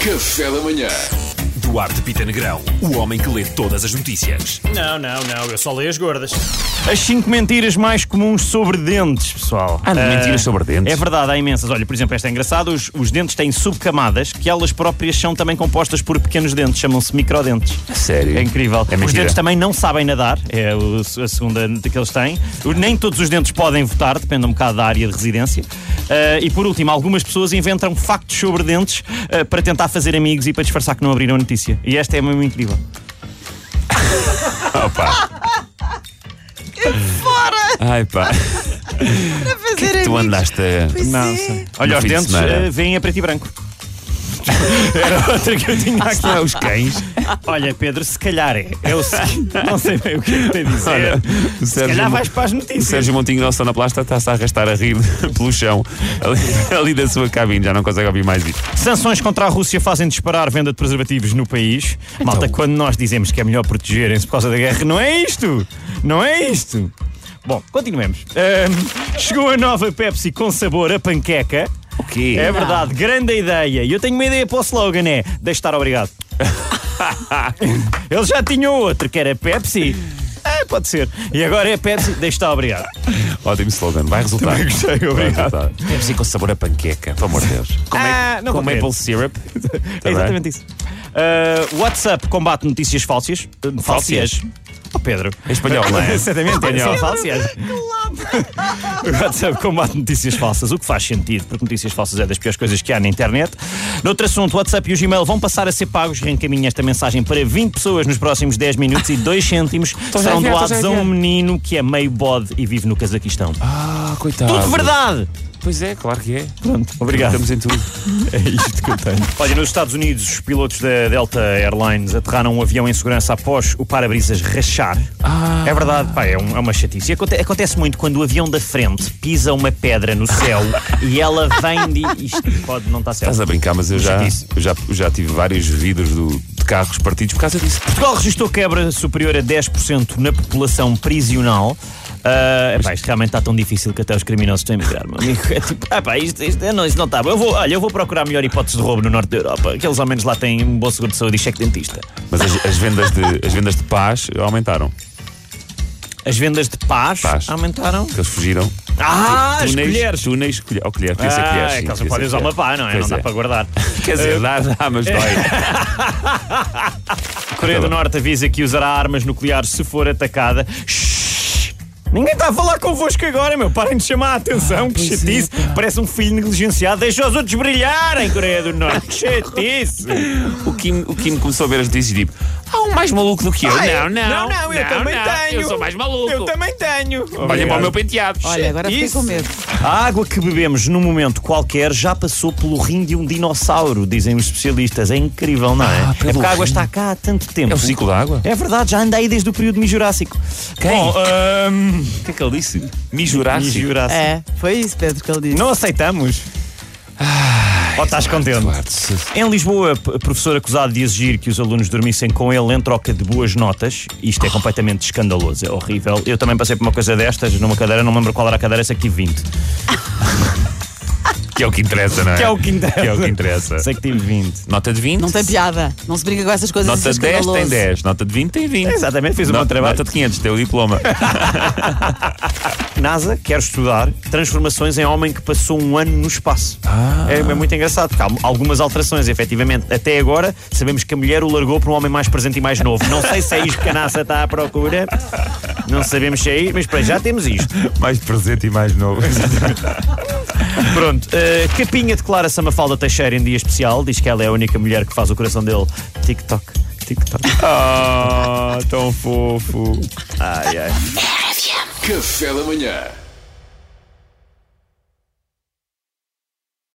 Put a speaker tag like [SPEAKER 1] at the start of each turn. [SPEAKER 1] Café da Manhã.
[SPEAKER 2] Duarte Pita Negrão, o homem que lê todas as notícias.
[SPEAKER 3] Não, não, não, eu só leio as gordas.
[SPEAKER 4] As 5 mentiras mais comuns sobre dentes, pessoal.
[SPEAKER 2] Ah,
[SPEAKER 4] Eh,
[SPEAKER 2] mentiras sobre dentes.
[SPEAKER 4] É verdade, há imensas. Olha, por exemplo, esta é engraçada. Os, os dentes têm subcamadas que elas próprias são também compostas por pequenos dentes. Chamam-se microdentes.
[SPEAKER 2] Sério.
[SPEAKER 4] É incrível.
[SPEAKER 2] É
[SPEAKER 4] os
[SPEAKER 2] mentira.
[SPEAKER 4] dentes também não sabem nadar. É o- a segunda nota que eles têm. O- Nem todos os dentes podem votar. Depende um bocado da área de residência. Eh, e por último, algumas pessoas inventam factos sobre dentes eh, para tentar fazer amigos e para disfarçar que não abriram a notícia. E esta é mesmo incrível.
[SPEAKER 2] Ai pá, é
[SPEAKER 5] fazer amigos.
[SPEAKER 2] tu andaste a...
[SPEAKER 5] Pois é.
[SPEAKER 4] Olha,
[SPEAKER 2] No
[SPEAKER 4] os
[SPEAKER 2] fim de
[SPEAKER 4] dentes
[SPEAKER 2] semana.
[SPEAKER 4] eh, vêm a preto e branco.
[SPEAKER 2] é.
[SPEAKER 4] Era outra que eu tinha aqui.
[SPEAKER 2] Ah, os cães.
[SPEAKER 4] Olha, Pedro, se calhar é. Eu sei- não sei bem o que é que tem a dizer.
[SPEAKER 2] Olha, o
[SPEAKER 4] se
[SPEAKER 2] Sérgio
[SPEAKER 4] calhar
[SPEAKER 2] Mo-
[SPEAKER 4] vais para as
[SPEAKER 2] O
[SPEAKER 4] notícias.
[SPEAKER 2] Sérgio Montinho, nosso sonoplasta, está-se a arrastar a rir pelo chão ali, ali da sua cabine. Já não consegue ouvir mais isto.
[SPEAKER 4] Sanções contra a Rússia fazem disparar a venda de preservativos no país. Malta, quando nós dizemos que é melhor protegerem-se por causa da guerra, não é isto! Não é isto! Bom, continuemos. Ahm, chegou a nova Pepsi com sabor a panqueca.
[SPEAKER 2] O quê?
[SPEAKER 4] É verdade, grande ideia. E eu tenho uma ideia para o slogan, é Deixe de estar obrigado. Eles já tinham outro, que era Pepsi. Ah, pode ser. E agora é Pepsi, Deixe de estar obrigado.
[SPEAKER 2] Ótimo slogan. Vai resultar.
[SPEAKER 4] Também gostei, obrigado.
[SPEAKER 2] Vai resultar. Deve ser com sabor a panqueca, pelo amor de Deus. Com,
[SPEAKER 4] Ah, não
[SPEAKER 2] com
[SPEAKER 4] compreendo.
[SPEAKER 2] maple tá syrup.
[SPEAKER 4] É exatamente isso. Uh, WhatsApp combate notícias falsas. Uh, Falsias. Oh, Pedro.
[SPEAKER 2] É espanhol, não é?
[SPEAKER 4] Exatamente, é só falsias. O WhatsApp combate notícias falsas, o que faz sentido, porque notícias falsas é das piores coisas que há na internet. Noutro assunto, o WhatsApp e o Gmail vão passar a ser pagos. Reencaminho esta mensagem para 20 pessoas nos próximos 10 minutos e 2 cêntimos
[SPEAKER 2] já a
[SPEAKER 4] serão
[SPEAKER 2] enviar, estou já a
[SPEAKER 4] doados a um
[SPEAKER 2] enviar.
[SPEAKER 4] menino que é meio bode e vive no Cazaquistão.
[SPEAKER 2] Ah, coitado.
[SPEAKER 4] Tudo verdade!
[SPEAKER 2] Pois é, claro que é.
[SPEAKER 4] Pronto, obrigado.
[SPEAKER 2] Estamos em tudo.
[SPEAKER 4] É isto que eu tenho. Olha, nos Estados Unidos, os pilotos da Delta Airlines aterraram um avião em segurança após o para-brisas rachar. É verdade, pá, é, um- é uma chatice. E aconte- acontece muito quando o avião da frente pisa uma pedra no céu e ela vem de. Isto pode não estar
[SPEAKER 2] Estás
[SPEAKER 4] certo.
[SPEAKER 2] a brincar, mas eu já,
[SPEAKER 4] Chatice.
[SPEAKER 2] eu já, eu já tive vários vidros do- de carros partidos por causa disso.
[SPEAKER 4] Portugal registrou quebra superior a 10% na população prisional. Ah, epá, isto realmente está tão difícil que até os criminosos estão a emigrar, meu amigo. É tipo, epá, isto, isto, eu não, isto não está bom. Eu vou, olha, eu vou procurar a melhor hipótese de roubo no norte da Europa, que eles ao menos lá têm um bom seguro de saúde e cheque dentista.
[SPEAKER 2] Mas as, as vendas de, as vendas de paz aumentaram.
[SPEAKER 4] As vendas de paz,
[SPEAKER 2] Paz.
[SPEAKER 4] aumentaram.
[SPEAKER 2] Eles fugiram.
[SPEAKER 4] Ah, as
[SPEAKER 2] Túneis-
[SPEAKER 4] colheres!
[SPEAKER 2] Túneis, colher. Oh, colher, podia ser
[SPEAKER 4] Ah,
[SPEAKER 2] colheres. sim,
[SPEAKER 4] é que eles não
[SPEAKER 2] podia
[SPEAKER 4] podem
[SPEAKER 2] ser
[SPEAKER 4] usar uma
[SPEAKER 2] colheres.
[SPEAKER 4] pá, não é?
[SPEAKER 2] Pois
[SPEAKER 4] não dá
[SPEAKER 2] é.
[SPEAKER 4] para É. guardar.
[SPEAKER 2] Quer dizer, dá, dá, mas dói.
[SPEAKER 4] Coreia do Norte avisa que usará armas nucleares se for atacada. Shhh! Ninguém está a falar convosco agora, meu. Parem de chamar a
[SPEAKER 2] Ah,
[SPEAKER 4] atenção, que
[SPEAKER 2] é.
[SPEAKER 4] chatice. Parece um filho negligenciado. Deixa os outros brilharem, Coreia do Norte. Que chatice.
[SPEAKER 2] O Kim, o Kim começou a ver as notícias e tipo: há um mais maluco do que eu. não, não.
[SPEAKER 4] não, não, Ah, eu também
[SPEAKER 2] não,
[SPEAKER 4] tenho.
[SPEAKER 2] Eu sou mais maluco.
[SPEAKER 4] Eu também tenho.
[SPEAKER 2] Olhem para o
[SPEAKER 4] Obrigado.
[SPEAKER 2] meu penteado.
[SPEAKER 5] Olha, agora fiquei
[SPEAKER 4] Isso.
[SPEAKER 5] com medo.
[SPEAKER 4] A água que bebemos num momento qualquer já passou pelo rim de um dinossauro, dizem os especialistas. É incrível, não é?
[SPEAKER 2] Ah,
[SPEAKER 4] é
[SPEAKER 2] pelo
[SPEAKER 4] porque a água
[SPEAKER 2] rim.
[SPEAKER 4] está cá há tanto tempo.
[SPEAKER 2] É o ciclo da água?
[SPEAKER 4] É verdade, já anda aí desde o período Mijurássico. Quem? Bom, hum, ahm,
[SPEAKER 2] O que é que ele disse? Mijurássico.
[SPEAKER 4] Mijurássico. É.
[SPEAKER 5] É, foi isso, Pedro, que ele disse.
[SPEAKER 4] Não aceitamos. Ou estás contente?
[SPEAKER 2] Eduardo, se-
[SPEAKER 4] Em Lisboa, p- professor acusado de exigir que os alunos dormissem com ele em troca de boas notas. Isto é completamente escandaloso, é horrível. Eu também passei por uma coisa destas, numa cadeira, não me lembro qual era a cadeira, sei que tive 20.
[SPEAKER 2] Que é o que interessa, não é?
[SPEAKER 4] Que é o que interessa.
[SPEAKER 2] Que é o que interessa.
[SPEAKER 4] Sei que tive 20.
[SPEAKER 2] Nota de 20.
[SPEAKER 5] Não tem piada. Não se brinca com essas coisas.
[SPEAKER 2] Nota
[SPEAKER 5] isso
[SPEAKER 2] de
[SPEAKER 5] é
[SPEAKER 2] 10 tem
[SPEAKER 5] escandaloso.
[SPEAKER 2] 10. Nota de 20 tem 20.
[SPEAKER 4] Exatamente, fiz um
[SPEAKER 2] Nota-
[SPEAKER 4] bom trabalho.
[SPEAKER 2] Nota de 500, teu diploma.
[SPEAKER 4] NASA quer estudar transformações em homem que passou um ano no espaço.
[SPEAKER 2] Ah.
[SPEAKER 4] É, é muito engraçado, porque há algumas alterações, efetivamente. Até agora, sabemos que a mulher o largou para um homem mais presente e mais novo. Não sei se é isto que a NASA está à procura. Não sabemos se é isto, mas para já temos isto.
[SPEAKER 2] mais presente e mais novo.
[SPEAKER 4] Pronto. eh, Capinha declara-se a Mafalda Teixeira em dia especial. Diz que ela é a única mulher que faz o coração dele tic-toc, tic-toc.
[SPEAKER 2] Ah, tão fofo.
[SPEAKER 4] Ai, ai.
[SPEAKER 1] Café da Manhã.